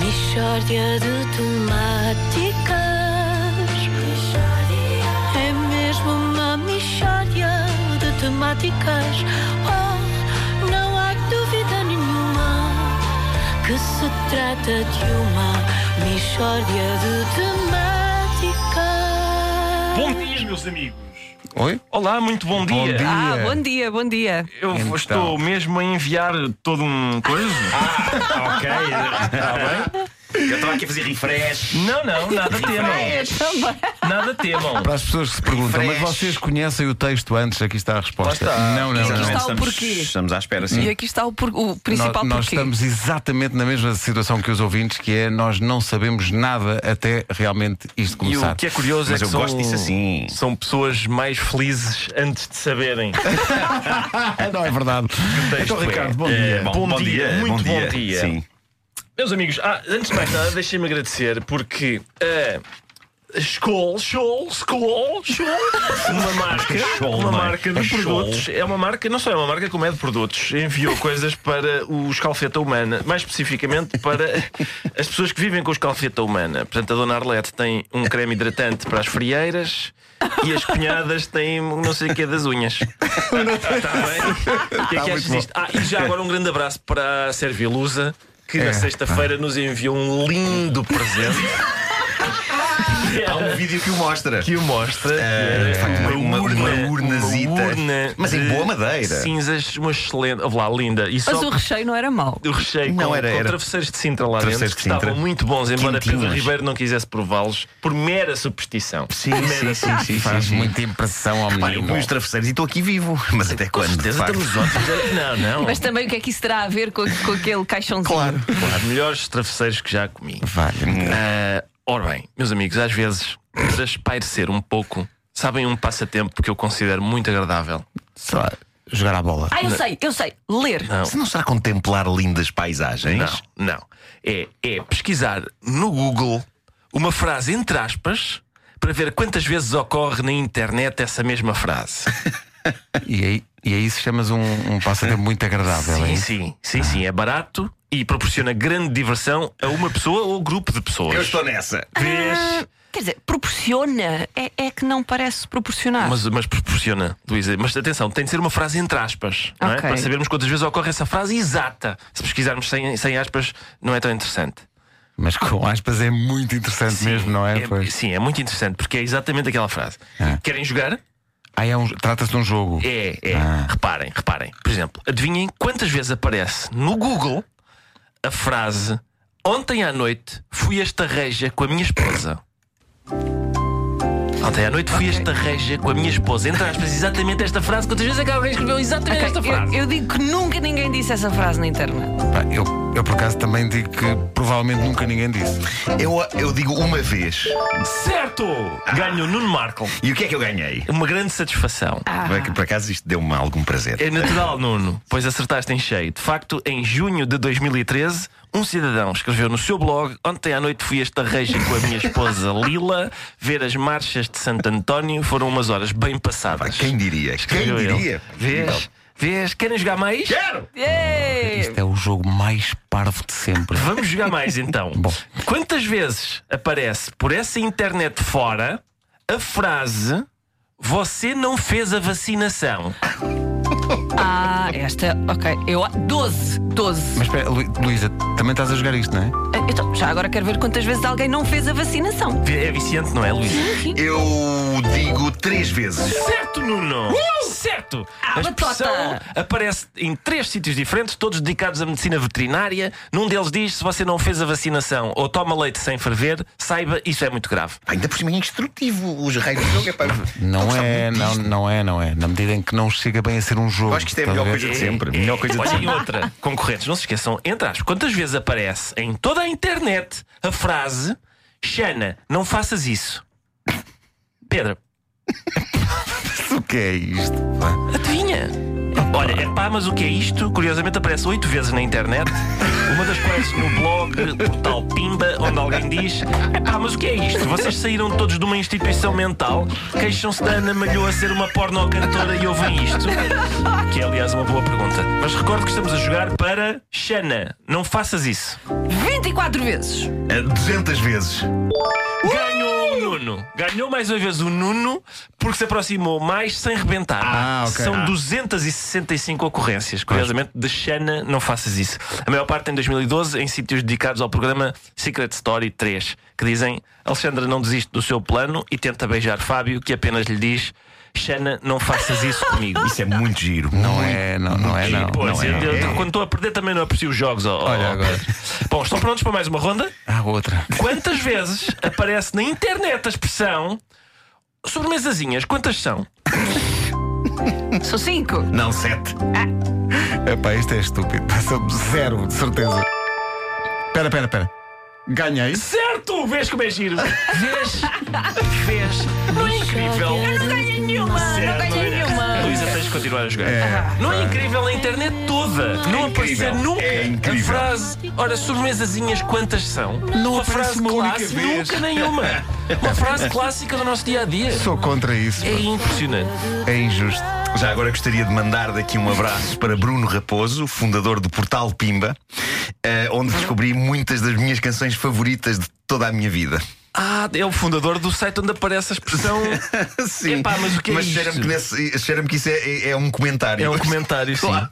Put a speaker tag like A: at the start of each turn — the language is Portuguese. A: Michórdia de temáticas. É mesmo uma michórdia de temáticas. Oh, não há dúvida nenhuma que se trata de uma michórdia de temáticas.
B: Bom dia, meus amigos.
C: Oi?
B: Olá, muito bom,
C: Bom
B: dia.
C: dia.
D: Ah, bom dia, bom dia.
B: Eu
C: Então.
B: estou mesmo a enviar todo um coisa. Ah,
E: Ok, está bem. Eu estava aqui a fazer refresh.
B: Não, não, nada temam. Nada temam.
C: Para as pessoas que se perguntam, mas vocês conhecem o texto antes? Aqui está a resposta.
B: Lá está.
C: Não, não,
D: Aqui
C: não.
D: está o
E: estamos,
D: porquê.
E: estamos à espera,
D: E
E: sim.
D: aqui está o, por- o
C: Nó-
D: principal
C: Nós,
D: porquê.
C: estamos exatamente na mesma situação que os ouvintes, que é nós não sabemos nada até realmente isto
B: E
C: começar.
B: o que é curioso
E: Mas
B: é
E: eu
B: que são,
E: gosto disso assim.
B: são pessoas mais felizes antes de saberem.
C: Não é verdade. Então,
B: é-
C: Ricardo, bom
E: É,
C: dia.
B: Bom dia, muito bom dia.
E: Sim.
B: Meus amigos, ah, antes de mais nada, deixem-me agradecer porque eh, a Skoll, Skoll, Skoll, Skoll, uma marca,
E: Skoll,
B: uma
E: não é?
B: marca
E: É
B: de
E: Skoll.
B: produtos, é uma marca, não só é uma marca, como é de produtos, enviou coisas para o Escalfeta Humana, mais especificamente para as pessoas que vivem com o Escalfeta Humana. Portanto, a Dona Arlete tem um creme hidratante para as frieiras e as cunhadas têm um não sei o que das unhas. Está
E: Tá
B: bem? O que é que achas disto? Ah, e já agora um grande abraço para a Servilusa, que
E: É,
B: na sexta-feira nos enviou um lindo presente
E: Há um vídeo que o mostra.
B: que o mostra.
E: É, de facto, uma- uma- uma urnazita.
B: uma urna
E: Mas em
B: de
E: boa madeira.
B: Cinzas, uma excelente. Ouve lá, linda. E só
D: Mas o recheio não era mau.
B: o recheio
E: Não,
B: com,
E: era-
B: com
E: era-
B: travesseiros de Sintra lá dentro,
E: Travesseiros
B: que
E: de Sintra.
B: estavam muito bons, embora Pedro
E: Quentinhos.
B: Ribeiro não quisesse prová-los, por mera superstição.
E: Sim, sim, sim, sim,
C: Faz
E: sim, sim.
C: muita impressão ao
E: Pá, eu
C: menino.
E: pus os travesseiros e estou aqui vivo. Mas até
B: Com
E: quando? de
B: certeza
E: facto?
B: estamos ótimos. Não, não.
D: Mas também o que é que isso terá a ver com, com aquele caixãozinho? Claro.
B: Os melhores travesseiros que já comi.
C: Vale.
B: Ah, ora bem, meus amigos, às vezes, para espairecer um pouco, sabem um passatempo que eu considero muito agradável.
C: Só jogar à bola.
D: Ah, eu sei, eu sei. Ler.
B: Não.
E: Se não será contemplar lindas paisagens?
B: Não, não. É, é pesquisar no Google uma frase entre aspas para ver quantas vezes ocorre na internet essa mesma frase.
C: E aí, e aí se chamas um, um passatempo muito agradável.
B: sim,
C: hein?
B: sim, sim, sim. É barato e proporciona grande diversão a uma pessoa ou grupo de pessoas.
E: Eu estou nessa.
B: Vês?
D: Ah, Quer dizer, proporciona. É, é que não parece
C: Ah.
D: proporcionar.
B: Mas, mas proporciona, Luísa. Mas atenção, tem de ser uma frase entre aspas, não é?
D: Ok.
B: Para sabermos quantas vezes ocorre essa frase exata. Se pesquisarmos sem, sem aspas, não é tão interessante.
C: Mas com aspas é muito interessante mesmo, não é? Pois. É.
B: Sim, é muito interessante, porque é exatamente aquela frase. Querem jogar?
C: Ah, é um, trata-se de um jogo.
B: É, é.
C: Ah.
B: Reparem, reparem. Por exemplo, adivinhem quantas vezes aparece no Google a frase Ontem à noite fui a esta reja com a minha esposa. Ontem à noite fui a esta reja com a minha esposa. Entre aspas, exatamente esta frase. Quantas vezes é que alguém escreveu exatamente
D: Ok,
B: esta
D: eu,
B: frase?
D: eu digo que nunca ninguém disse essa frase na internet.
C: Pá, eu, eu por acaso também digo que provavelmente nunca ninguém disse.
E: Eu, eu digo uma vez.
B: Certo! Ganho o Nuno Marco.
E: E o que é que eu ganhei?
B: Uma grande satisfação.
E: Por- Por acaso isto deu-me algum prazer.
B: É natural, Nuno, pois acertaste em cheio. De facto, em junho de 2013, um cidadão escreveu no seu blog: Ontem à noite fui a esta reja com a minha esposa Lila ver as marchas de Santo António. Foram umas horas bem passadas.
E: Quem diria? Quem
B: Escreveu ele.
E: diria? Então.
B: Vês? Vês? Querem jogar mais?
E: Quero!
D: Ei!
C: Isto é o jogo mais parvo de sempre.
B: Vamos jogar mais então. Quantas vezes aparece por essa internet fora a frase Você não fez a vacinação?
D: Ah, esta, ok. Eu, 12, 12.
C: Mas espera, Lu- Luísa, também estás a jogar isto, não é?
D: Ah, Então, já agora quero ver quantas vezes alguém não fez a vacinação.
B: É viciante, não é, Luís?
E: Eu digo três vezes.
B: Certo, Nuno! Certo!
D: Ah,
B: a
D: batota!
B: expressão aparece em três sítios diferentes, todos dedicados à medicina veterinária. Num deles diz: se você não fez a vacinação ou toma leite sem ferver, saiba, isso é muito grave.
E: Ainda por cima é instrutivo. Os raios do jogo é para.
C: Não
E: Estou a
C: é,
E: gostar muito
C: não,
E: disto.
C: não é, não é. Na medida em que não chega bem a ser um jogo.
E: Eu acho que isto é a
C: estás
E: melhor
C: ver?
E: coisa de sempre. Melhor coisa de
B: Olha, e
E: sempre.
B: outra, concorrentes, não se esqueçam, entre aspas, quantas vezes aparece em toda a internet a frase Xana, não faças isso? Pedro,
C: O que é isto? pá?
B: adivinha? Olha, é pá, mas o que é isto? Curiosamente aparece oito vezes na internet, uma das quais aparece no blog Portal Pimba, onde alguém diz: Epá, mas o que é isto? Vocês saíram todos de uma instituição mental, queixam-se da Ana Malhoa ser uma pornocantora e ouvem isto? Que é, aliás, uma boa pergunta. Mas recordo que estamos a jogar para Xana. Não faças isso.
F: 24 vezes.
E: A 200 É vezes.
B: Ganhou o Nuno. Ganhou mais uma vez o Nuno porque se aproximou mais sem rebentar.
C: Ah, ok.
B: São 265 ocorrências. Curiosamente, de Xana, não faças isso. A maior parte em 2012 em sítios dedicados ao programa Secret Story 3, que dizem Alexandra não desiste do seu plano e tenta beijar Fábio, que apenas lhe diz Xana, não faças isso comigo.
E: Isso é muito giro.
C: Não é, não, não é, não.
B: Pois,
C: não é,
B: eu-
C: não.
B: eu- quando estou a perder também não aprecio os jogos. ó, ó,
C: Olha
B: ó.
C: agora.
B: Bom, estão prontos para mais uma ronda?
C: Há outra.
B: Quantas vezes aparece na internet a expressão sobremesazinhas? Quantas são?
F: São 5.
E: Não, 7.
C: Epá, isto é estúpido. Passou de zero, de certeza. Espera, espera, espera. Ganhei.
B: Certo! Vês como é giro? Vês? Vês? Não é incrível?
F: Ganha nenhuma, não
B: Certo.
F: ganha nenhuma.
B: Luísa, tens de continuar a jogar. Não é incrível a internet toda? não aparecer nunca
E: É
B: a
E: incrível.
B: frase, ora, sobremesazinhas quantas são?
C: Não
B: uma
C: aparece
B: frase
C: uma única
B: clássica,
C: vez.
B: nunca nenhuma. Uma frase clássica do nosso dia a dia.
C: Sou contra isso.
B: É impressionante.
C: É injusto.
E: Já agora gostaria de mandar daqui um abraço para Bruno Raposo, fundador do Portal Pimba, eh, onde descobri muitas das minhas canções favoritas de toda a minha vida.
B: Ah, é o fundador do site onde aparece a expressão.
E: Sim.
B: Epá, mas o que é
E: mas
B: isto?
E: cheira-me que, nesse- cheira-me que isso é, é- é um comentário.
B: É um comentário, sim.
E: Claro.